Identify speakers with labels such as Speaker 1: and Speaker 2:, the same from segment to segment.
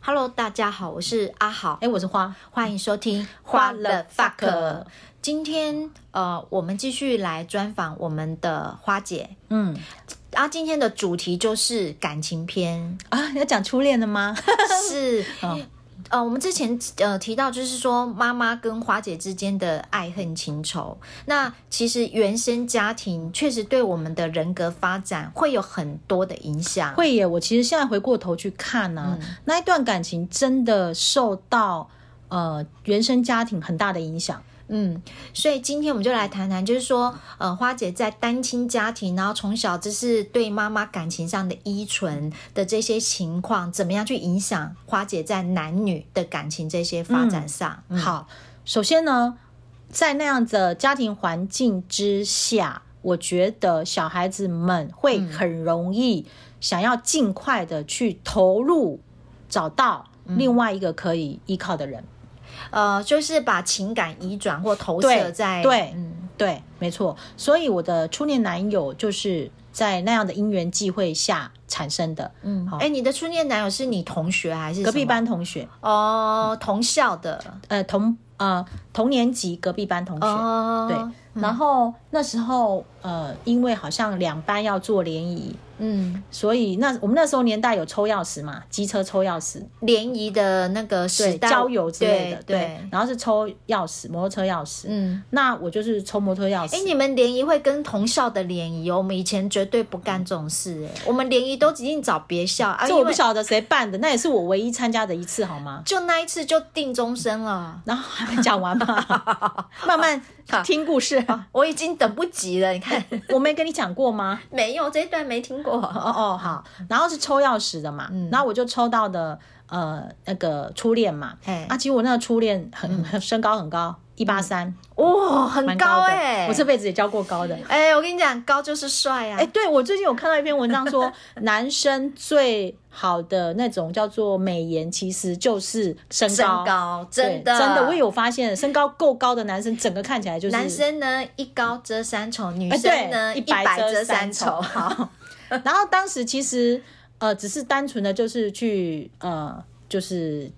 Speaker 1: Hello，大家好，我是阿豪，
Speaker 2: 哎，我是花，
Speaker 1: 欢迎收听《
Speaker 2: 花了 fuck
Speaker 1: 今天呃，我们继续来专访我们的花姐
Speaker 2: 嗯
Speaker 1: 啊。今天的主题就是感情 篇，
Speaker 2: 啊，要讲初恋的吗？
Speaker 1: 是
Speaker 2: 嗯
Speaker 1: 呃，我们之前呃提到，就是说妈妈跟花姐之间的爱恨情仇。那其实原生家庭确实对我们的人格发展会有很多的影响。
Speaker 2: 会耶，我其实现在回过头去看呢、那一段感情真的受到呃原生家庭很大的影响。
Speaker 1: 嗯，所以今天我们就来谈谈，就是说，呃，花姐在单亲家庭，然后从小就是对妈妈感情上的依存的这些情况，怎么样去影响花姐在男女的感情这些发展上？嗯
Speaker 2: 好，首先呢，在那样的家庭环境之下，我觉得小孩子们会很容易想要尽快的去投入，找到另外一个可以依靠的人。
Speaker 1: 呃，就是把情感移转或投射
Speaker 2: 对
Speaker 1: 在
Speaker 2: 对
Speaker 1: 嗯
Speaker 2: 对，没错。所以我的初恋男友就是在那样的因缘际会下产生的。
Speaker 1: 嗯，哎、你的初恋男友是你同学还是
Speaker 2: 隔壁
Speaker 1: 什么
Speaker 2: 班同学，
Speaker 1: 哦，同校的
Speaker 2: 呃，同呃同年级隔壁班同学。
Speaker 1: 哦，
Speaker 2: 对，然后那时候呃，因为好像两班要做联谊，
Speaker 1: 嗯，
Speaker 2: 所以那我们那时候年代有抽钥匙嘛，机车抽钥匙，
Speaker 1: 联谊的那个时
Speaker 2: 对，
Speaker 1: 代
Speaker 2: 郊游之类的，
Speaker 1: 对，
Speaker 2: 对，
Speaker 1: 对
Speaker 2: 然后是抽钥匙，摩托车钥匙。
Speaker 1: 嗯。
Speaker 2: 那我就是抽摩托车钥匙。
Speaker 1: 哎、你们联谊会跟同校的联谊哦？我们以前绝对不干这种事、哎，我们联谊都一定找别校啊，
Speaker 2: 这
Speaker 1: 因
Speaker 2: 我不
Speaker 1: 为
Speaker 2: 晓得谁办的，那也是我唯一参加的一次，好吗？
Speaker 1: 就那一次就定终身了，
Speaker 2: 然后还没讲 完嘛，慢慢听故事。
Speaker 1: 我已经等不及了。你看，
Speaker 2: 我没跟你讲过吗？
Speaker 1: 没有这一段没听 过，
Speaker 2: 哦哦好，然后是抽钥匙的嘛，
Speaker 1: 嗯
Speaker 2: 然后我就抽到的呃那个初恋嘛
Speaker 1: 嘿，
Speaker 2: 啊，其实我那个初恋很、很身高很高，一八三，
Speaker 1: 哇、很
Speaker 2: 蛮
Speaker 1: 嗯高
Speaker 2: 的，
Speaker 1: 哎、
Speaker 2: 我这辈子也交过高 的。
Speaker 1: 哎、我跟你讲，高就是帅啊。
Speaker 2: 哎、对我最近有看到一篇文章说， 男生最好的那种叫做美颜，其实就是身高。
Speaker 1: 身高
Speaker 2: 对
Speaker 1: 真的
Speaker 2: 真的，我有发现，身高够高的男生，整个看起来就是
Speaker 1: 男生呢一高遮三丑，女
Speaker 2: 哎
Speaker 1: 生呢
Speaker 2: 对，
Speaker 1: 一百遮
Speaker 2: 遮
Speaker 1: 三
Speaker 2: 丑。
Speaker 1: 丑。
Speaker 2: 好，然后当时其实呃，只是单纯的就是去呃，就是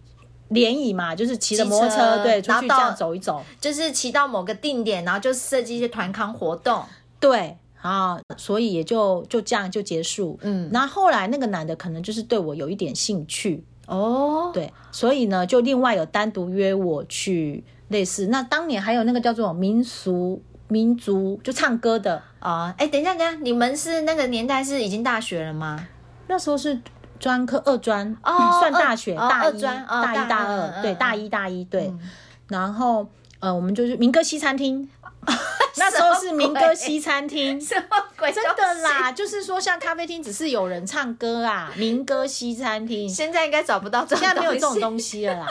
Speaker 2: 联谊嘛，就是骑着摩托
Speaker 1: 机车
Speaker 2: 车对出
Speaker 1: 然后
Speaker 2: 去这
Speaker 1: 到
Speaker 2: 样走一走，
Speaker 1: 就是骑到某个定点，然后就设计一些团康活动。
Speaker 2: 对。啊，所以也就就这样就结束。
Speaker 1: 嗯，
Speaker 2: 然后后来那个男的可能就是对我有一点兴趣，
Speaker 1: 哦，
Speaker 2: 对，所以呢就另外有单独约我去类似。那当年还有那个叫做民俗民族就唱歌的，
Speaker 1: 哦，哎，等一下，等一下，你们是那个年代是已经大学了吗？
Speaker 2: 那时候是专科二专，
Speaker 1: 哦
Speaker 2: 算大学、
Speaker 1: 二哦
Speaker 2: 大
Speaker 1: 二
Speaker 2: 一、
Speaker 1: 专哦
Speaker 2: 大一、
Speaker 1: 大
Speaker 2: 大
Speaker 1: 二
Speaker 2: 二，
Speaker 1: 嗯
Speaker 2: 对，
Speaker 1: 嗯
Speaker 2: 大一、大一，对。然后呃，我们就是民歌西 餐厅，那时候是民歌西餐厅，
Speaker 1: 什么鬼
Speaker 2: 真的！啦，就是说像咖啡厅，只是有人唱歌啊，民歌西餐厅现
Speaker 1: 现在应该找不到这种，
Speaker 2: 在没有这种，东西了啦，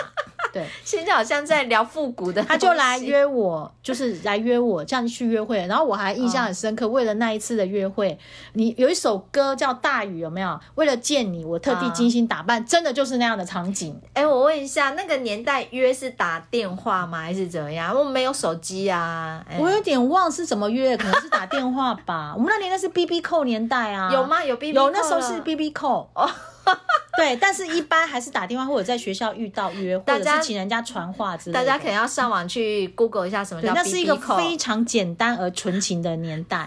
Speaker 2: 对。
Speaker 1: 现在好像在聊复古的。
Speaker 2: 他就来，约我，就是来约我这样去约会。然后我还印象很深刻，为了那一次的约会，你有一首歌叫《大雨》，有没有？为了见你，我特地精心打扮，真的就是那样的场景。
Speaker 1: 哎，我问一下，那个年代约是打电话吗，还是怎么样？我们没有手机啊，哎
Speaker 2: 我有点忘是怎么约，可能是打电话 吧。我们那年代是 B B 扣年代啊，
Speaker 1: 有？吗？有 B B
Speaker 2: 有，那时候是 B B 扣哦。 对，但是一般还是打电话或者在学校遇到约，
Speaker 1: 大
Speaker 2: 或者
Speaker 1: 家
Speaker 2: 是请人家传话之类
Speaker 1: 大
Speaker 2: 的。
Speaker 1: 家可能要上网去 Google 一下什么
Speaker 2: 对，
Speaker 1: 叫
Speaker 2: 那是一个
Speaker 1: BB 扣
Speaker 2: 非常简单而纯情的年 代。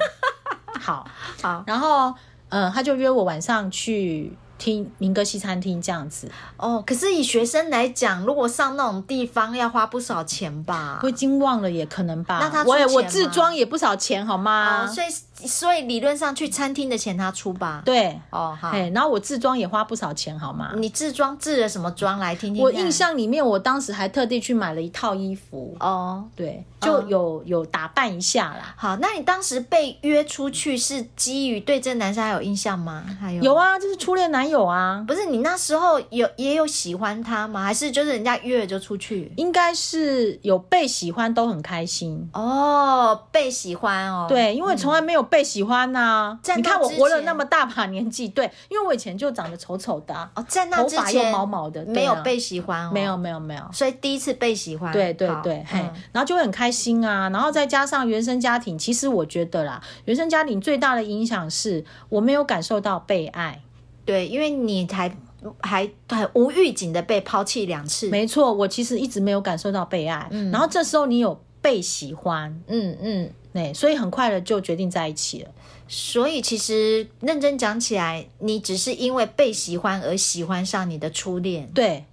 Speaker 2: 好，
Speaker 1: 好
Speaker 2: 然后呃，他就约我晚上去听民歌西餐厅这样子。
Speaker 1: 哦。可是以学生来讲，如果上那种地方要花不少钱吧
Speaker 2: 我？已经忘了，也可能吧。
Speaker 1: 那他出
Speaker 2: 我也
Speaker 1: 钱
Speaker 2: 我
Speaker 1: 吗
Speaker 2: 自装也不少钱，好吗？
Speaker 1: 啊，所以所以理论上去餐厅的钱他出吧？
Speaker 2: 对，
Speaker 1: 哦，好，
Speaker 2: 哎，然后我自装也花不少钱，好吗？
Speaker 1: 你自装自了什么装来听听看？
Speaker 2: 我印象里面，我当时还特地去买了一套衣服，
Speaker 1: 哦，
Speaker 2: 对，就有、有打扮一下啦。
Speaker 1: 好，那你当时被约出去是基于对这个男生还有印象吗？还有
Speaker 2: 有啊，这是初恋男友啊，
Speaker 1: 不是你那时候有也有喜欢他吗？还是就是人家约了就出去？
Speaker 2: 应该是有被喜欢都很开心。
Speaker 1: 哦，被喜欢哦，，
Speaker 2: 对，因为从来没有被喜欢呐、
Speaker 1: 嗯在那
Speaker 2: 你看我
Speaker 1: 之
Speaker 2: 活了
Speaker 1: 前
Speaker 2: 那么大把年纪，对，因为我以前就长得丑丑的、啊，
Speaker 1: 哦，在那
Speaker 2: 头
Speaker 1: 之
Speaker 2: 发又
Speaker 1: 前
Speaker 2: 毛毛的，对啊
Speaker 1: 没有被喜欢、哦，
Speaker 2: 没有，没有没有，
Speaker 1: 所以第一次被喜欢，
Speaker 2: 对对
Speaker 1: 好
Speaker 2: 对，嘿
Speaker 1: 嗯，
Speaker 2: 然后就会很开心啊，然后再加上原生家庭，其实我觉得啦，原生家庭最大的影响是我没有感受到被爱，
Speaker 1: 对，因为你才还很无预警的被抛弃两次。
Speaker 2: 没错，我其实一直没有感受到被爱，然后这时候你有被喜欢，
Speaker 1: 嗯嗯，
Speaker 2: 对，所以很快的就决定在一起了。
Speaker 1: 所以其实认真讲起来，你只是因为被喜欢而喜欢上你的初恋，
Speaker 2: 对，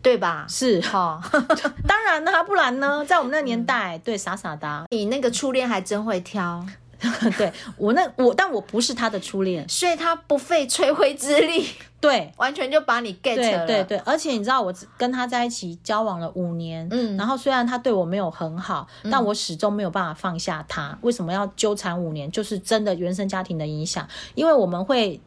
Speaker 1: 对吧？
Speaker 2: 是，
Speaker 1: 好、
Speaker 2: 当然啦、不然呢，在我们那年代，
Speaker 1: 嗯
Speaker 2: 对，傻傻的啊、
Speaker 1: 你那个初恋还真会挑，
Speaker 2: 对我那我，但我不是他的初恋，
Speaker 1: 所以他不费吹灰之力，
Speaker 2: 对。
Speaker 1: 完全就把你 get
Speaker 2: 对
Speaker 1: 了。
Speaker 2: 对对，而且你知道，我跟他在一起交往了五年，
Speaker 1: 嗯
Speaker 2: 然后虽然他对我没有很好，但我始终没有办法放下他。为什么要纠缠五年？就是真的原生家庭的影响，因为我们会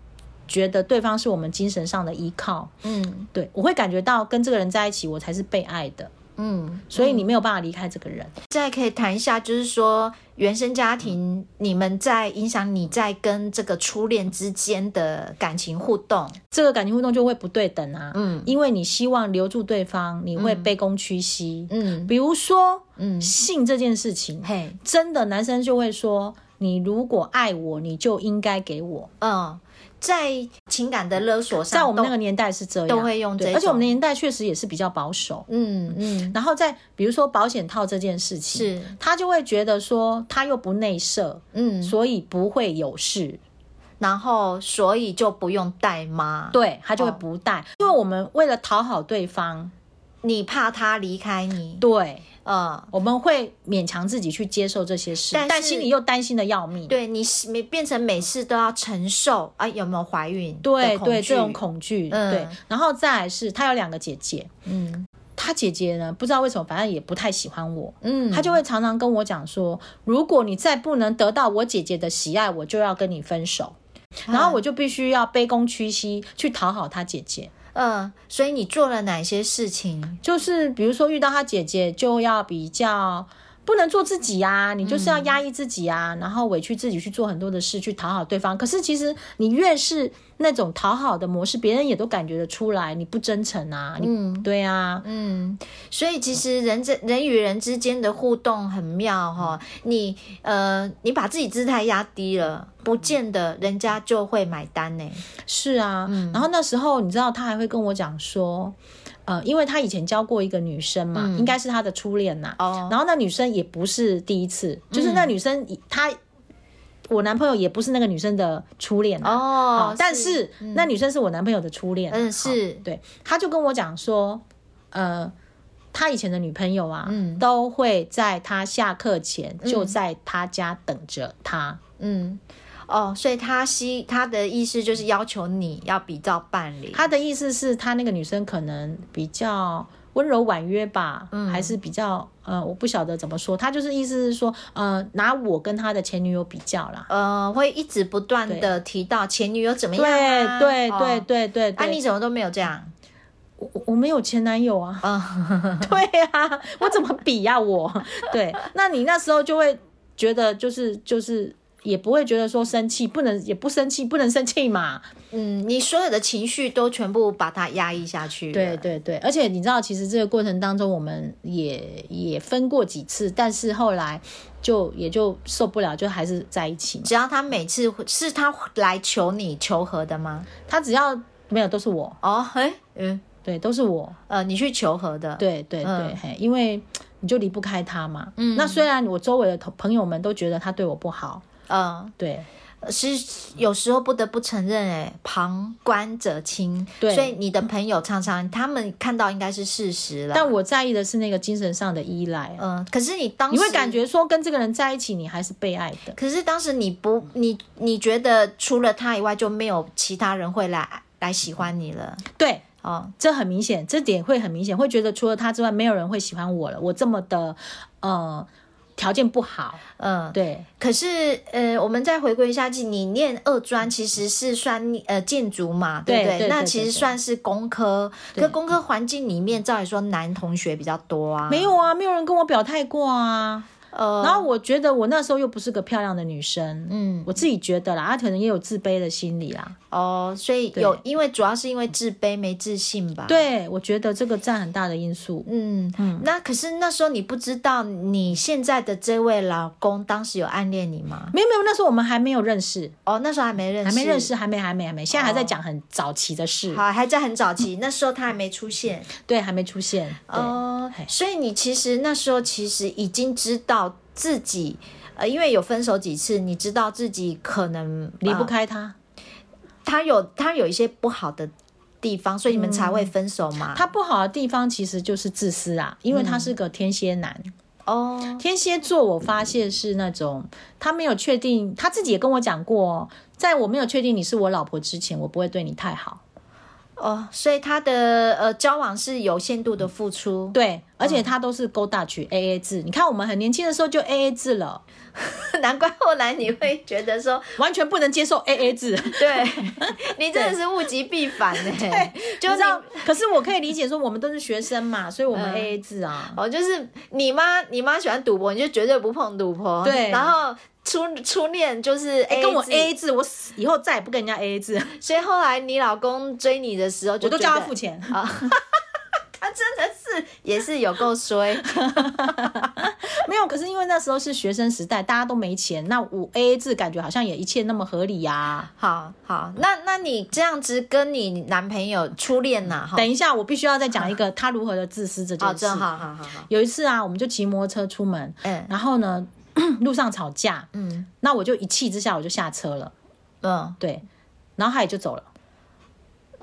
Speaker 2: 觉得对方是我们精神上的依靠，
Speaker 1: 嗯
Speaker 2: 对我会感觉到跟这个人在一起，我才是被爱的，
Speaker 1: 嗯，
Speaker 2: 所以你没有办法离开这个人。
Speaker 1: 再可以谈一下，就是说原生家庭，你们在影响你在跟这个初恋之间的感情互动。
Speaker 2: 这个感情互动就会不对等啊，
Speaker 1: 嗯
Speaker 2: 因为你希望留住对方，你会卑躬屈膝。
Speaker 1: 嗯
Speaker 2: 比如说
Speaker 1: 嗯，
Speaker 2: 性这件事情，
Speaker 1: 嘿，
Speaker 2: 真的男生就会说：“你如果爱我，你就应该给我。
Speaker 1: 嗯，在情感的勒索”上，
Speaker 2: 在我们那个年代是这样，
Speaker 1: 都会用这
Speaker 2: 对
Speaker 1: 种
Speaker 2: 而且我们的年代确实也是比较保守。
Speaker 1: 都，嗯嗯，
Speaker 2: 然后在比如说保险套这件事情，
Speaker 1: 是，
Speaker 2: 他就会觉得说他又不内射，
Speaker 1: 嗯，
Speaker 2: 所以不会有事，
Speaker 1: 然后所以就不用带妈，，
Speaker 2: 对他就会
Speaker 1: 哦
Speaker 2: 不带，因为我们为了讨好对方，
Speaker 1: 你怕他离开你，
Speaker 2: 对
Speaker 1: 嗯。
Speaker 2: 我们会勉强自己去接受这些事，
Speaker 1: 但
Speaker 2: 但
Speaker 1: 是
Speaker 2: 心里又担心的要命。
Speaker 1: 对你是没变成每次都要承受啊？有没有怀孕？
Speaker 2: 对对，这种，恐惧，
Speaker 1: 嗯
Speaker 2: 对。然后再来是他有两个姐姐，
Speaker 1: 嗯
Speaker 2: 他姐姐呢不知道为什么，反正也不太喜欢我。
Speaker 1: 嗯，
Speaker 2: 他就会常常跟我讲说，如果你再不能得到我姐姐的喜爱，我就要跟你分手。
Speaker 1: 啊
Speaker 2: 然后我就必须要卑躬屈膝去讨好他姐姐，
Speaker 1: 嗯，所以你做了哪些事情？
Speaker 2: 就是比如说遇到他姐姐就要比较不能做自己啊，你就是要
Speaker 1: 嗯
Speaker 2: 压抑自己啊，然后委屈自己去做很多的事去讨好对方。可是其实你越是那种讨好的模式，别人也都感觉得出来你不真诚啊，你、
Speaker 1: 嗯
Speaker 2: 对啊，
Speaker 1: 嗯，所以其实人这人与人之间的互动很妙哈、你呃，你把自己姿态压低了，不见得人家就会买单呢、
Speaker 2: 是啊，
Speaker 1: 嗯
Speaker 2: 然后那时候你知道他还会跟我讲说，呃，因为他以前教过一个女生嘛，应该是他的初恋呐、
Speaker 1: 嗯哦嗯
Speaker 2: 然后那女生也不是第一次，就是那女生以她，我男朋友也不是那个女生的初恋、啊、
Speaker 1: 哦
Speaker 2: 好，但是、那女生是我男朋友的初恋啊、
Speaker 1: 嗯
Speaker 2: 好
Speaker 1: 是
Speaker 2: 对，他就跟我讲说，呃。他以前的女朋友啊，
Speaker 1: 嗯
Speaker 2: 都会在他下课前就在他家等着他。
Speaker 1: 嗯哦，所以他希他的意思就是要求你要比照办理。
Speaker 2: 他的意思是，他那个女生可能比较温柔婉约吧，
Speaker 1: 嗯
Speaker 2: 还是比较呃，我不晓得怎么说。他就是意思是说，呃，拿我跟他的前女友比较啦。
Speaker 1: 呃，会一直不断的提到前女友怎么样、啊，
Speaker 2: 对对
Speaker 1: 哦
Speaker 2: 对对对
Speaker 1: 啊，
Speaker 2: 对，
Speaker 1: 你怎么都没有这样？
Speaker 2: 我我我没有前男友啊，
Speaker 1: 哦
Speaker 2: 对啊，我怎么比呀、我？ 对，那你那时候就会觉得就是就是。也不会觉得说生气，不能也不生气，不能生气嘛。
Speaker 1: 嗯，你所有的情绪都全部把它压抑下去。
Speaker 2: 对，对对，而且你知道，其实这个过程当中，我们也也分过几次，但是后来就也就受不了，就还是在一起嘛。
Speaker 1: 只要他每次是他来求你求和的吗？
Speaker 2: 他只要没有都是我，
Speaker 1: 哦，嘿，嗯，
Speaker 2: 对，都是我，
Speaker 1: 呃，你去求和的，，
Speaker 2: 对对对，
Speaker 1: 嗯
Speaker 2: 嘿，因为你就离不开他嘛。嗯，那虽然我周围的同朋友们都觉得他对我不好，
Speaker 1: 嗯、
Speaker 2: 对
Speaker 1: 是有时候不得不承认、哎，旁观者清，
Speaker 2: 对
Speaker 1: 所以你的朋友常常他们看到应该是事实了，
Speaker 2: 但我在意的是那个精神上的依赖啊。
Speaker 1: 嗯、可是你当时
Speaker 2: 你会感。觉说跟这个人在一起，你还是被爱的。
Speaker 1: 可是当时你不，你你觉得除了他以外就没有其他人会来来喜欢你了
Speaker 2: 对，
Speaker 1: 哦，
Speaker 2: 这很明显，这点会很明显，会觉得除了他之外，没有人会喜欢我了。我这么的，呃，条件不好，
Speaker 1: 嗯，
Speaker 2: 对，
Speaker 1: 可是呃，我们再回归一下，其实你念二专其实是算呃建筑嘛，对不
Speaker 2: 对对
Speaker 1: 那
Speaker 2: 对
Speaker 1: 其
Speaker 2: 对
Speaker 1: 实
Speaker 2: 对
Speaker 1: 算是工科，可工科环境里面，照理说男同学比较多啊，
Speaker 2: 没有啊，没有人跟我表态过啊。
Speaker 1: 呃，
Speaker 2: 然后我觉得我那时候又不是个漂亮的女生，啊
Speaker 1: 嗯
Speaker 2: 我自己觉得啦，她可能也有自卑的心理啦。
Speaker 1: 哦，所以
Speaker 2: 对
Speaker 1: 有，因为主要是因为自卑没自信吧？，
Speaker 2: 对，我觉得这个占很大的因素。
Speaker 1: 嗯嗯。那可是那时候你不知道你现在的这位老公当时有暗恋你吗？
Speaker 2: 没有没有，那时候我们还没有认识，
Speaker 1: 哦，那时候还没认识，
Speaker 2: 还没认，识，还没还没还没，现在还在
Speaker 1: 哦
Speaker 2: 讲很早期的事，
Speaker 1: 好，还在很早期，那时候他还没出现。
Speaker 2: 对，还没出现。对，
Speaker 1: 哦
Speaker 2: 嘿，
Speaker 1: 所以你其实那时候其实已经知道自己，呃，因为有分手几次，你知道自己可能
Speaker 2: 离不
Speaker 1: 呃
Speaker 2: 开他，
Speaker 1: 他有他有一些不好的地方，所以你们才会分手嘛。
Speaker 2: 嗯他不好的地方其实就是自私啊，因为他
Speaker 1: 嗯
Speaker 2: 是个天蝎男。
Speaker 1: 哦，
Speaker 2: 天蝎座，我发现是那种他没有确定，他自己也跟我讲过、哦，在我没有确定你是我老婆之前，我不会对你太好。
Speaker 1: 哦，所以他的呃交往是有限度的付出，
Speaker 2: 对，而
Speaker 1: 嗯
Speaker 2: 且他都是勾大曲 A A 制，你看我们很年轻的时候就 A A 制了，
Speaker 1: 难怪后来你会觉得说，
Speaker 2: 完全不能接受 A A 制。
Speaker 1: 对你真的是物极必反呢、就
Speaker 2: 你知
Speaker 1: 让
Speaker 2: 道，可是我可以理解说我们都是学生嘛，所以我
Speaker 1: 嗯
Speaker 2: 们 A A 制啊。
Speaker 1: 哦，就是你妈你妈喜欢赌博，你就绝对不碰赌博，
Speaker 2: 对
Speaker 1: 然后。初初恋就是
Speaker 2: 哎
Speaker 1: A，、
Speaker 2: 跟我 A A 制，我死以后再也不跟人家 A A 制，
Speaker 1: 所以后来你老公追你的时候就
Speaker 2: 我都
Speaker 1: 觉
Speaker 2: 叫他
Speaker 1: 得
Speaker 2: 付钱。
Speaker 1: 啊，他真的是也是有够衰，
Speaker 2: 没有，可是因为那时候是学生时代，大家都没钱，那我 A A 制感觉好像也一切那么合理呀、
Speaker 1: 好好，那那你这样子跟你男朋友初恋呐、哈，
Speaker 2: 等一下，我必须要再讲一个他如何的自私这
Speaker 1: 好，
Speaker 2: 件事。
Speaker 1: 真啊哦好好好好，
Speaker 2: 有一次啊，我们就骑摩托车出门，
Speaker 1: 嗯
Speaker 2: 然后呢，路上吵架，
Speaker 1: 嗯
Speaker 2: 那我就一气之下我就下车了，
Speaker 1: 嗯，
Speaker 2: 对，然后他也就走了，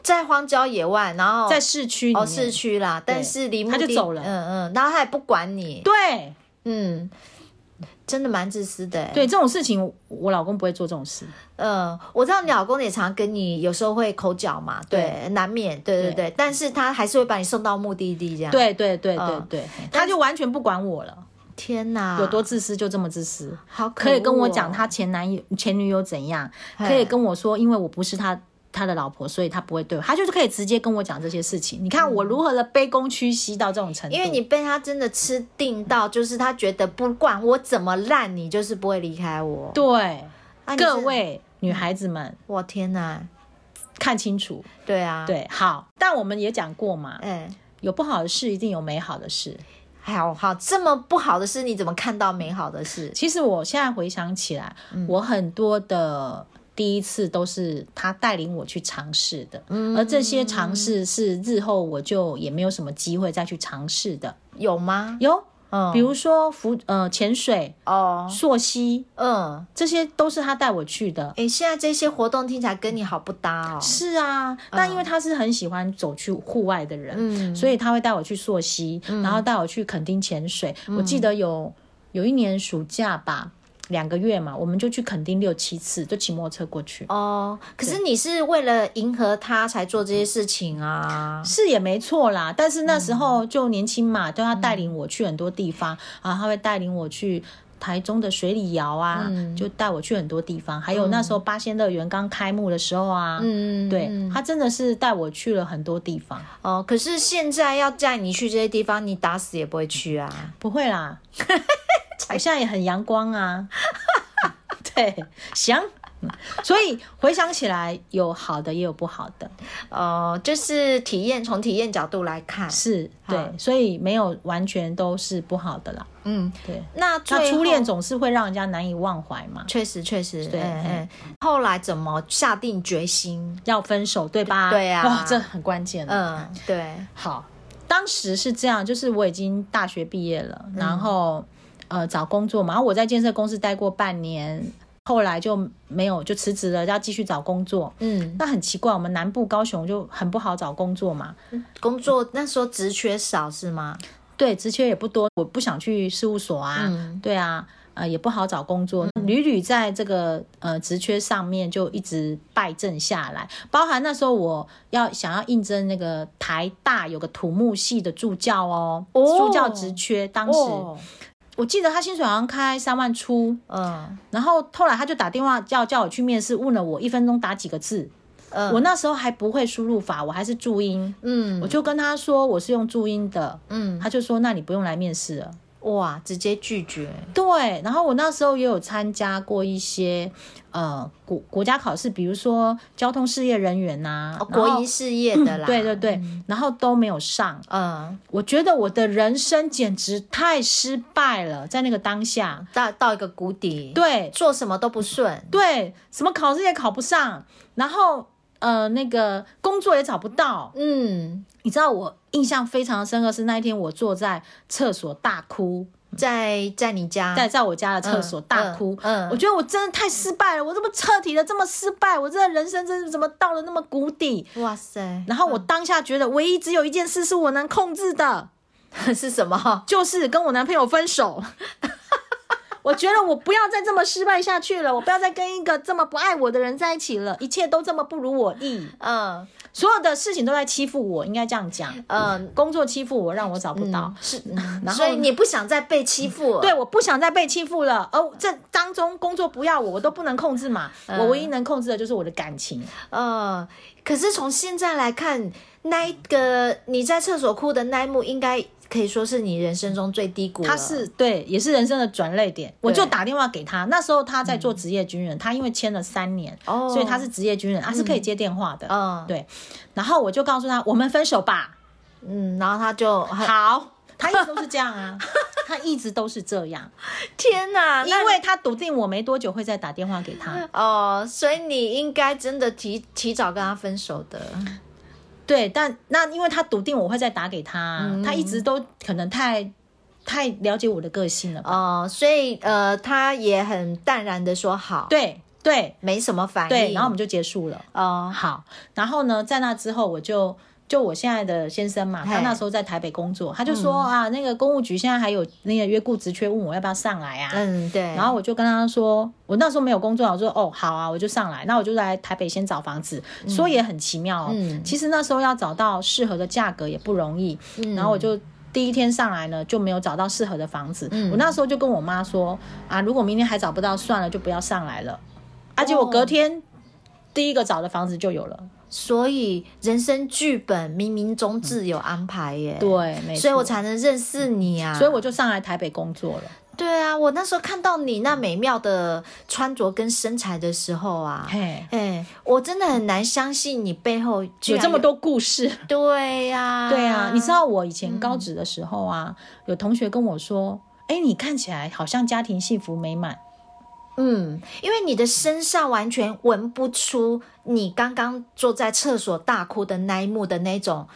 Speaker 1: 在荒郊野外，然后
Speaker 2: 在市区里面，
Speaker 1: 哦市区啦，但是离目的
Speaker 2: 他就走了
Speaker 1: 嗯嗯，然后他也不管你，
Speaker 2: 对
Speaker 1: 嗯，真的蛮自私的、欸，
Speaker 2: 对，这种事情我老公不会做这种事，
Speaker 1: 嗯，我知道你老公也常跟你有时候会口角嘛，对，难免，对对对，但是他还是会把你送到目的地这样，，
Speaker 2: 对对对对
Speaker 1: 嗯啊
Speaker 2: 对，他就完全不管我了，
Speaker 1: 天哪，
Speaker 2: 有多自私就这么自私。
Speaker 1: 好可
Speaker 2: 可以跟我
Speaker 1: 恶哦
Speaker 2: 讲他前男友、前女友怎样，可以跟我说，因为我不是他他的老婆，所以他不会对我，他就是可以直接跟我讲这些事情。你看我如何的卑躬屈膝到这种程
Speaker 1: 嗯
Speaker 2: 度，
Speaker 1: 因为你被他真的吃定到，就是他觉得不管我怎么烂，你就是不会离开我。
Speaker 2: 对、
Speaker 1: 啊你是
Speaker 2: 各，位女孩子们
Speaker 1: 我天哪，
Speaker 2: 看清楚，
Speaker 1: 对啊，，
Speaker 2: 对，好，但我们也讲过嘛，
Speaker 1: 哎、
Speaker 2: 有不好的事一定有美好的事。
Speaker 1: 好好，这么不好的事，你怎么看到美好的事？
Speaker 2: 其实我现在回想起来，我很多的。第一次都是他带领我去尝试的，而这些尝试是日后我就也没有什么机会再去尝试的。
Speaker 1: 有吗？
Speaker 2: 有，
Speaker 1: 嗯，
Speaker 2: 比如说浮呃潜水、
Speaker 1: 哦，
Speaker 2: 溯溪，
Speaker 1: 嗯，
Speaker 2: 这些都是他带我去的。
Speaker 1: 哎、现在这些活动听起来跟你好不搭哦。
Speaker 2: 是啊，那因为他是很喜欢走去户外的人，
Speaker 1: 嗯
Speaker 2: 所以他会带我去溯溪，然后带我去垦丁潜水。我记得有有一年暑假吧，两个月嘛，我们就去垦丁六七次，就骑摩托车过去。
Speaker 1: 哦，可是你是为了迎合他才做这些事情啊。
Speaker 2: 是也没错啦，但是那时候就年轻嘛，都要带领我去很多地方啊，他会带领我去。台中的水里窑啊，
Speaker 1: 嗯
Speaker 2: 就带我去很多地方，还有那时候八仙乐园刚开幕的时候啊，
Speaker 1: 嗯，
Speaker 2: 对、
Speaker 1: 嗯
Speaker 2: 他真的是带我去了很多地方。
Speaker 1: 哦，可是现在要带你去这些地方，你打死也不会去啊。
Speaker 2: 不会 啦，我现在也很阳光啊。 对，行。嗯所以回想起来，有好的也有不好的，
Speaker 1: 哦，就是体验，从体验角度来看，
Speaker 2: 是对，所以没有完全都是不好的啦。
Speaker 1: 嗯，
Speaker 2: 对，
Speaker 1: 那最
Speaker 2: 那初
Speaker 1: 后
Speaker 2: 恋总是会让人家难以忘怀嘛，
Speaker 1: 确实确实，
Speaker 2: 对
Speaker 1: 嗯嗯，后来怎么下定决心？
Speaker 2: 要分手对吧？
Speaker 1: 对啊
Speaker 2: 哇，这很关键。嗯，
Speaker 1: 嗯，对，
Speaker 2: 好，当时是这样，就是我已经大学毕业了，
Speaker 1: 嗯
Speaker 2: 然后呃找工作嘛，然后我在建设公司待过半年，后来就没有就辞职了，要继续找工作。
Speaker 1: 嗯，
Speaker 2: 那很奇怪，我们南部高雄就很不好找工作嘛，
Speaker 1: 工作那时候职缺少是吗？
Speaker 2: 对，职缺也不多，我不想去事务所啊，
Speaker 1: 嗯
Speaker 2: 对啊，呃，也不好找工作，屡屡在这个呃职缺上面就一直败阵下来，包含那时候我要想要应征那个台大有个土木系的助教哦，
Speaker 1: 哦
Speaker 2: 助教职缺，当时、
Speaker 1: 哦，
Speaker 2: 我记得他薪水好像开三万出，
Speaker 1: 嗯
Speaker 2: 然后后来他就打电话叫叫我去面试，问了我一分钟打几个字，
Speaker 1: 嗯，
Speaker 2: 我那时候还不会输入法，我还是注音。
Speaker 1: 嗯
Speaker 2: 我就跟他说我是用注音的，
Speaker 1: 嗯
Speaker 2: 他就说那你不用来面试了。
Speaker 1: 哇，直接拒绝，
Speaker 2: 对，然后我那时候也有参加过一些呃国国家考试，比如说交通事业人员呐、
Speaker 1: 哦、
Speaker 2: 然后
Speaker 1: 国营事业的啦，
Speaker 2: 对对，对，然后都没有上。
Speaker 1: 嗯，
Speaker 2: 我觉得我的人生简直太失败了，在那个当下，
Speaker 1: 到到一个谷底，，
Speaker 2: 对
Speaker 1: 做什么都不顺，
Speaker 2: 对，什么考试也考不上，然后呃那个工作也找不到。
Speaker 1: 嗯，
Speaker 2: 你知道我印象非常深刻是那一天我坐在厕所大哭，
Speaker 1: 在在你家，
Speaker 2: 在在我家的厕所大
Speaker 1: 啊嗯
Speaker 2: 哭。
Speaker 1: 嗯，
Speaker 2: 我觉得我真的太失败了，我怎么彻底的这么失败？我这人生真是怎么到了那么谷底？
Speaker 1: 哇塞，
Speaker 2: 然后我当下觉得，唯一只有一件事是我能控制的，
Speaker 1: 是什么？
Speaker 2: 就是跟我男朋友分手。 我觉得我不要再这么失败下去了，我不要再跟一个这么不爱我的人在一起了，一切都这么不如我意，
Speaker 1: 嗯
Speaker 2: 所有的事情都在欺负我，应该这样讲。
Speaker 1: 嗯，
Speaker 2: 工作欺负我，让我找不到，
Speaker 1: 是，
Speaker 2: 然
Speaker 1: 所
Speaker 2: 后
Speaker 1: 以你不想再被欺负，
Speaker 2: 对，，我不想再被欺负了。哦，这当中工作不要我，我都不能控制嘛。我唯一能控制的就是我的感情。
Speaker 1: 嗯，可是从现在来看，那一个你在厕所哭的那一幕，应该可以说是你人生中最低谷了。
Speaker 2: 他是对，也是人生的转泪点。我就打电话给他，那时候他在做职业军人，他因为签了三年，
Speaker 1: 嗯哦，
Speaker 2: 所以他是职业军人，他是可以接电话的。
Speaker 1: 嗯
Speaker 2: 对，然后我就告诉他，我们分手吧。
Speaker 1: 嗯，然后他就
Speaker 2: 好，他一直都是这样啊，他一直都是这样，
Speaker 1: 天哪，那
Speaker 2: 因为他笃定我没多久会再打电话给他。
Speaker 1: 哦，所以你应该真的提提早跟他分手的。
Speaker 2: 对，但那因为他笃定我会再打给他，他一
Speaker 1: 嗯
Speaker 2: 直都可能太太了解我的个性了吧？
Speaker 1: 哦，所以呃，他也很淡然的说好，，
Speaker 2: 对对
Speaker 1: 没什么反应。
Speaker 2: 对，然后我们就结束了。
Speaker 1: 哦，
Speaker 2: 好，然后呢，在那之后我就。就我现在的先生嘛，他
Speaker 1: 嘿嗯
Speaker 2: 那时候在台北工作，他就说、啊，那个公务局现在还有那个约雇职缺，问我要不要上来啊。
Speaker 1: 嗯，对，
Speaker 2: 然后我就跟他说，我那时候没有工作，我说哦好啊，我就上来。那我就来台北先找房子，说也很奇妙哦。
Speaker 1: 嗯
Speaker 2: 其实那时候要找到适合的价格也不容易。
Speaker 1: 嗯
Speaker 2: 然后我就第一天上来呢，就没有找到适合的房子。
Speaker 1: 嗯
Speaker 2: 我那时候就跟我妈说啊，如果明天还找不到，算了，就不要上来了。而且我
Speaker 1: 哦
Speaker 2: 隔天第一个找的房子就有了。
Speaker 1: 所以人生剧本冥冥中自有安排耶。。
Speaker 2: 对，没错。
Speaker 1: 所以我才能认识你啊！
Speaker 2: 所以我就上来台北工作了。
Speaker 1: 对啊，我那时候看到你那美妙的穿着跟身材的时候啊，
Speaker 2: 嘿，
Speaker 1: 哎、我真的很难相信你背后居
Speaker 2: 有
Speaker 1: 然
Speaker 2: 这么。多故事。
Speaker 1: 对呀、
Speaker 2: 对啊，你知道我以前
Speaker 1: 嗯
Speaker 2: 高职的时候啊，有同学跟我说：“哎，你看起来好像家庭幸福美满。
Speaker 1: 嗯，因为你的身上完全闻不出你刚刚坐在厕所大哭的那一幕的那种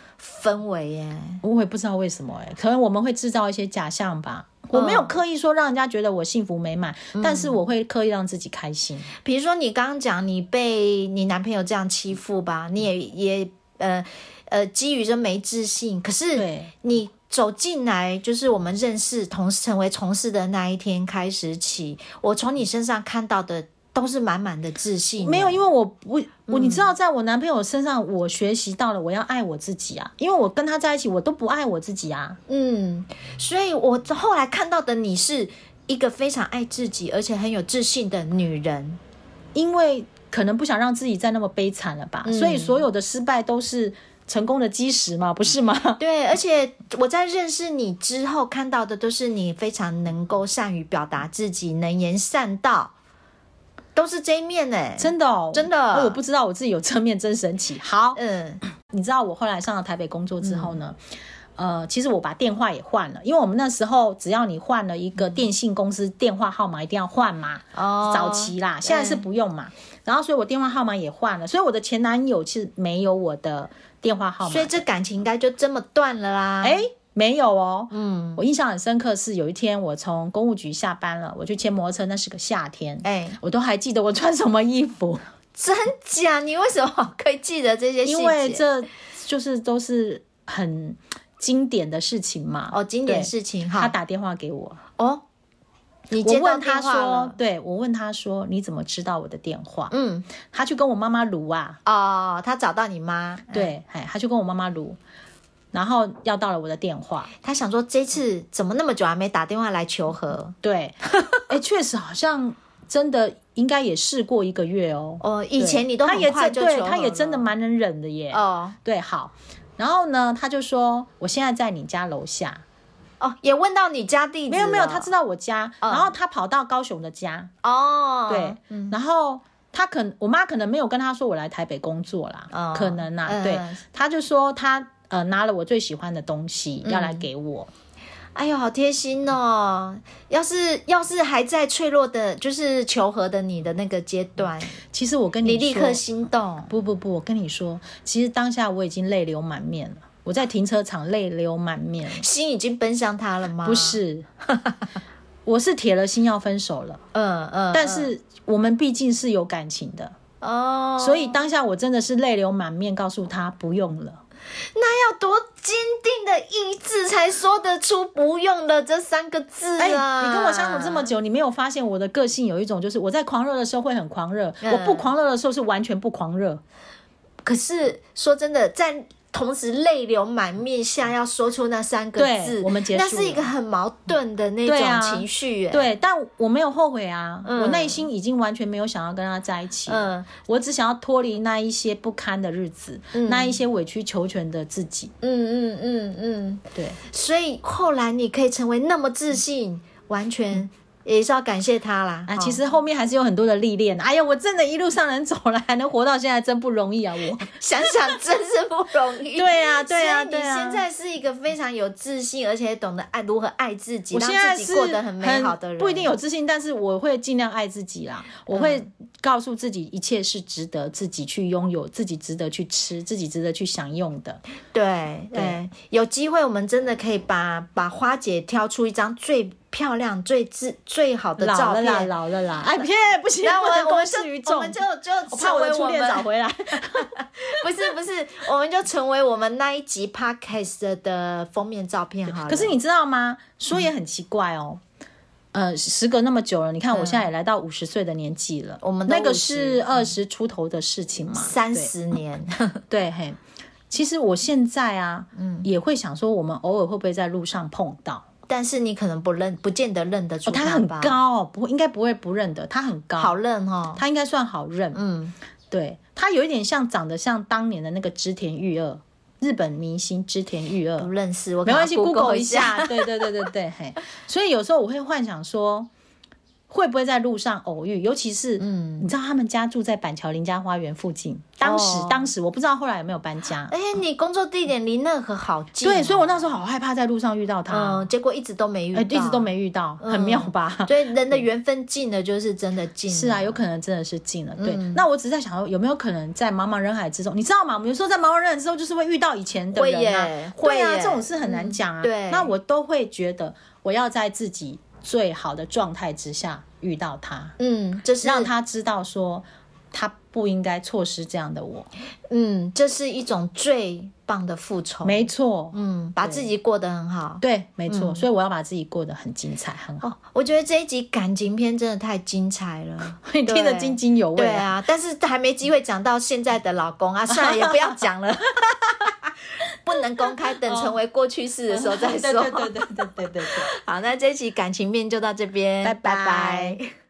Speaker 1: 氛围耶。”
Speaker 2: 我也不知道为什么哎、可能我们会制造一些假象吧。
Speaker 1: 嗯
Speaker 2: 我没有刻意说让人家觉得我幸福美满，但是我会刻意让自己开心。
Speaker 1: 比如说你刚刚讲你被你男朋友这样欺负吧，
Speaker 2: 嗯
Speaker 1: 你也也呃呃基于这没自信，可是
Speaker 2: 对
Speaker 1: 你走进来就是我们认识同事成为同事的那一天开始起，我从你身上看到的都是满满的自信，啊
Speaker 2: 没有，因为我不，我
Speaker 1: 嗯
Speaker 2: 你知道，在我男朋友身上，我学习到了我要爱我自己啊，因为我跟他在一起，我都不爱我自己啊。
Speaker 1: 嗯，所以我后来看到的你是一个非常爱自己而且很有自信的女人，
Speaker 2: 因为可能不想让自己再那么悲惨了
Speaker 1: 嗯
Speaker 2: 吧，所以所有的失败都是成功的基石嘛，不是吗？
Speaker 1: 对，而且我在认识你之后看到的都是你非常能够善于表达自己，能言善道，都是这一面呢、
Speaker 2: 真的哦，
Speaker 1: 真的
Speaker 2: 哦我不知道我自己有正面，真神奇。好，
Speaker 1: 嗯
Speaker 2: 你知道我后来上了台北工作之后呢，呃，其实我把电话也换了，因为我们那时候只要你换了一个电信公司电话号码，一定要换嘛。
Speaker 1: 哦
Speaker 2: 早期啦，现在是不用嘛。然后，所以我电话号码也换了，所以我的前男友是没有我的电话号码
Speaker 1: 所以
Speaker 2: 的。
Speaker 1: 这感情应该就这么断了啦。
Speaker 2: 哎，没有哦，
Speaker 1: 嗯，
Speaker 2: 我印象很深刻是有一天我从公务局下班了，我去骑摩托车，那是个夏天，
Speaker 1: 哎、
Speaker 2: 我都还记得我穿什么衣服，
Speaker 1: 真假？你为什么可以记得这 些细节？
Speaker 2: 因为这就是都是很经典的事情嘛。
Speaker 1: 哦，经典
Speaker 2: 对
Speaker 1: 事情
Speaker 2: 他
Speaker 1: 哈。
Speaker 2: 打电话给我，
Speaker 1: 哦，你
Speaker 2: 我
Speaker 1: 接到
Speaker 2: 问
Speaker 1: 电
Speaker 2: 他
Speaker 1: 话
Speaker 2: 说
Speaker 1: 了，？
Speaker 2: 对我问他说你怎么知道我的电话？
Speaker 1: 嗯，
Speaker 2: 他去跟我妈妈撸啊，
Speaker 1: 哦，他找到你妈，
Speaker 2: 对，哎，他去跟我妈妈撸，然后要到了我的电话，
Speaker 1: 他想说这次怎么那么久还没打电话来求和？
Speaker 2: 对， 哎，确实好像真的应该也试过一个月哦。
Speaker 1: 哦，以
Speaker 2: 对
Speaker 1: 前你都
Speaker 2: 他也
Speaker 1: 很快
Speaker 2: 真
Speaker 1: 就
Speaker 2: 对，
Speaker 1: 求
Speaker 2: 他
Speaker 1: 和
Speaker 2: 也真的
Speaker 1: 了
Speaker 2: 蛮能忍的耶。
Speaker 1: 哦
Speaker 2: 对，好。然后呢，他就说我现在在你家楼下，
Speaker 1: 哦，也问到你家地址了，
Speaker 2: 没有没有，他知道我家，
Speaker 1: 嗯
Speaker 2: 然后他跑到高雄的家，
Speaker 1: 哦，
Speaker 2: 对，然后他可能我妈可能没有跟他说我来台北工作啦，
Speaker 1: 哦
Speaker 2: 可能啦，
Speaker 1: 嗯
Speaker 2: 对，他就说他呃拿了我最喜欢的东西要来给我，
Speaker 1: 哎呦，好贴心哦！要是要是还在脆弱的，就是求和的你的那个阶段，
Speaker 2: 其实我跟
Speaker 1: 你
Speaker 2: 你
Speaker 1: 立
Speaker 2: 说
Speaker 1: 刻心动。
Speaker 2: 不不不，我跟你说，其实当下我已经泪流满面了，我在停车场泪流满面了，
Speaker 1: 心已经奔向他了吗？
Speaker 2: 不，是，我是铁了心要分手了，
Speaker 1: 嗯嗯，
Speaker 2: 但是我们毕竟是有感情的，
Speaker 1: 嗯哦，
Speaker 2: 所以当下我真的是泪流满面，告诉他不用了。
Speaker 1: 那要多坚定的意志才说得出“不用了”这三个字
Speaker 2: 哎、
Speaker 1: 啊！
Speaker 2: 你跟我相处这么久，你没有发现我的个性有一种，就是我在狂热的时候会很狂热，
Speaker 1: 嗯
Speaker 2: 我不狂热的时候是完全不狂热。
Speaker 1: 可是说真的，在同时泪流满面下要说出那三个
Speaker 2: 对
Speaker 1: 字，
Speaker 2: 我们结束
Speaker 1: 那是一个很矛盾的那
Speaker 2: 对啊
Speaker 1: 种情绪、耶。
Speaker 2: 对，但我没有后悔啊，
Speaker 1: 嗯
Speaker 2: 我内心已经完全没有想要跟他在一起，
Speaker 1: 嗯
Speaker 2: 我只想要脱离那一些不堪的日子，
Speaker 1: 嗯
Speaker 2: 那一些委曲求全的自己。
Speaker 1: 嗯嗯嗯嗯，
Speaker 2: 对，
Speaker 1: 所以后来你可以成为那么自信，完全也是要感谢他啦。
Speaker 2: 啊，
Speaker 1: 哦
Speaker 2: 其实后面还是有很多的历练。哎呀，我真的一路上能走来，还能活到现在，真不容易啊！我
Speaker 1: 想想真是不容易。
Speaker 2: 对啊对啊
Speaker 1: 所以
Speaker 2: 对
Speaker 1: 你
Speaker 2: 啊
Speaker 1: 现在是一个非常有自信，而且懂得爱如何爱自己，
Speaker 2: 我
Speaker 1: 让
Speaker 2: 现在
Speaker 1: 自己
Speaker 2: 是
Speaker 1: 过得很美好的人，
Speaker 2: 不一定有自信，但是我会尽量爱自己啦。我会告诉自己，一切是值得自己去拥有，自己值得去吃，自己值得去享用的。
Speaker 1: 对对
Speaker 2: 对，
Speaker 1: 有机会我们真的可以把把花姐挑出一张最漂亮、最自最好的
Speaker 2: 老
Speaker 1: 照
Speaker 2: 了啦，
Speaker 1: 片。
Speaker 2: 老了啦， 哎，别不行，
Speaker 1: 然后
Speaker 2: 不能
Speaker 1: 我我
Speaker 2: 公
Speaker 1: 们就
Speaker 2: 之于
Speaker 1: 我
Speaker 2: 众
Speaker 1: 们。就就
Speaker 2: 我怕
Speaker 1: 成
Speaker 2: 我
Speaker 1: 为
Speaker 2: 的初
Speaker 1: 我
Speaker 2: 恋
Speaker 1: 们
Speaker 2: 找回来。
Speaker 1: 不是不是，我们就成为我们那一集 podcast 的封面照片好了。
Speaker 2: 可是你知道吗？说也很奇怪哦。呃，时隔那么久了，你看我现在也来到五十岁的年纪了，
Speaker 1: 我们都
Speaker 2: 那个
Speaker 1: 50
Speaker 2: 是二十嗯出头的事情嘛，
Speaker 1: 三
Speaker 2: 对
Speaker 1: 十年，
Speaker 2: 对嘿。其实我现在啊，嗯，也会想说，我们偶尔会不会在路上碰到？
Speaker 1: 但是你可能不认，不见得认得出
Speaker 2: 哦，他很
Speaker 1: 吧，
Speaker 2: 高哦，不应该不会不认得，他很高，
Speaker 1: 好认哦。
Speaker 2: 他应该算好认。
Speaker 1: 嗯，
Speaker 2: 对，他有一点像长得像当年的那个织田裕二，日本明星织田裕二
Speaker 1: 不。认识我可
Speaker 2: 没
Speaker 1: 能
Speaker 2: 关系
Speaker 1: 要
Speaker 2: ，Google 一
Speaker 1: 一。
Speaker 2: 下。对对对对对，嘿。所以有时候我会幻想说，会不会在路上偶遇？尤其是，嗯，你知道他们家住在板桥林家花园附近，当时、
Speaker 1: 哦
Speaker 2: 当时我不知道后来有没有搬家。
Speaker 1: 哎，你工作地点离那可好近哦、
Speaker 2: 对，所以我那时候好害怕在路上遇到他，
Speaker 1: 嗯，结果一直都没遇到，嗯
Speaker 2: 哎、一直都没遇到，很妙 吧？
Speaker 1: 所以人的缘分尽了，就是真的尽了。
Speaker 2: 是啊，有可能真的是近了。对，
Speaker 1: 嗯
Speaker 2: 那我只是在想，有没有可能在茫茫人海之中，你知道吗？我们有时候在茫茫人海之中，就是会遇到以前的
Speaker 1: 会
Speaker 2: 人啊
Speaker 1: 耶，
Speaker 2: 对
Speaker 1: 会
Speaker 2: 啊，
Speaker 1: 耶
Speaker 2: 这种事很难讲啊。
Speaker 1: 嗯对
Speaker 2: 那我都会觉得，我要在自己最好的状态之下遇到他，
Speaker 1: 嗯，这是
Speaker 2: 让他知道说他不应该错失这样的我。
Speaker 1: 嗯，这是一种最棒的复仇。
Speaker 2: 没错，
Speaker 1: 嗯，把自己过得很好。
Speaker 2: 对，没错。所以我要把自己过得很精彩，很好，，
Speaker 1: 哦，我觉得这一集感情篇真的太精彩了
Speaker 2: 听得津津有味
Speaker 1: 对
Speaker 2: 啊。
Speaker 1: 啊，但是还没机会讲到现在的老公 啊，算了，也不要讲了， 不能公开，等
Speaker 2: 哦
Speaker 1: 成为过去式的时候再说。
Speaker 2: 对对对对对对对对。
Speaker 1: 好，那这一期感情面就到这边，
Speaker 2: 拜拜
Speaker 1: 拜拜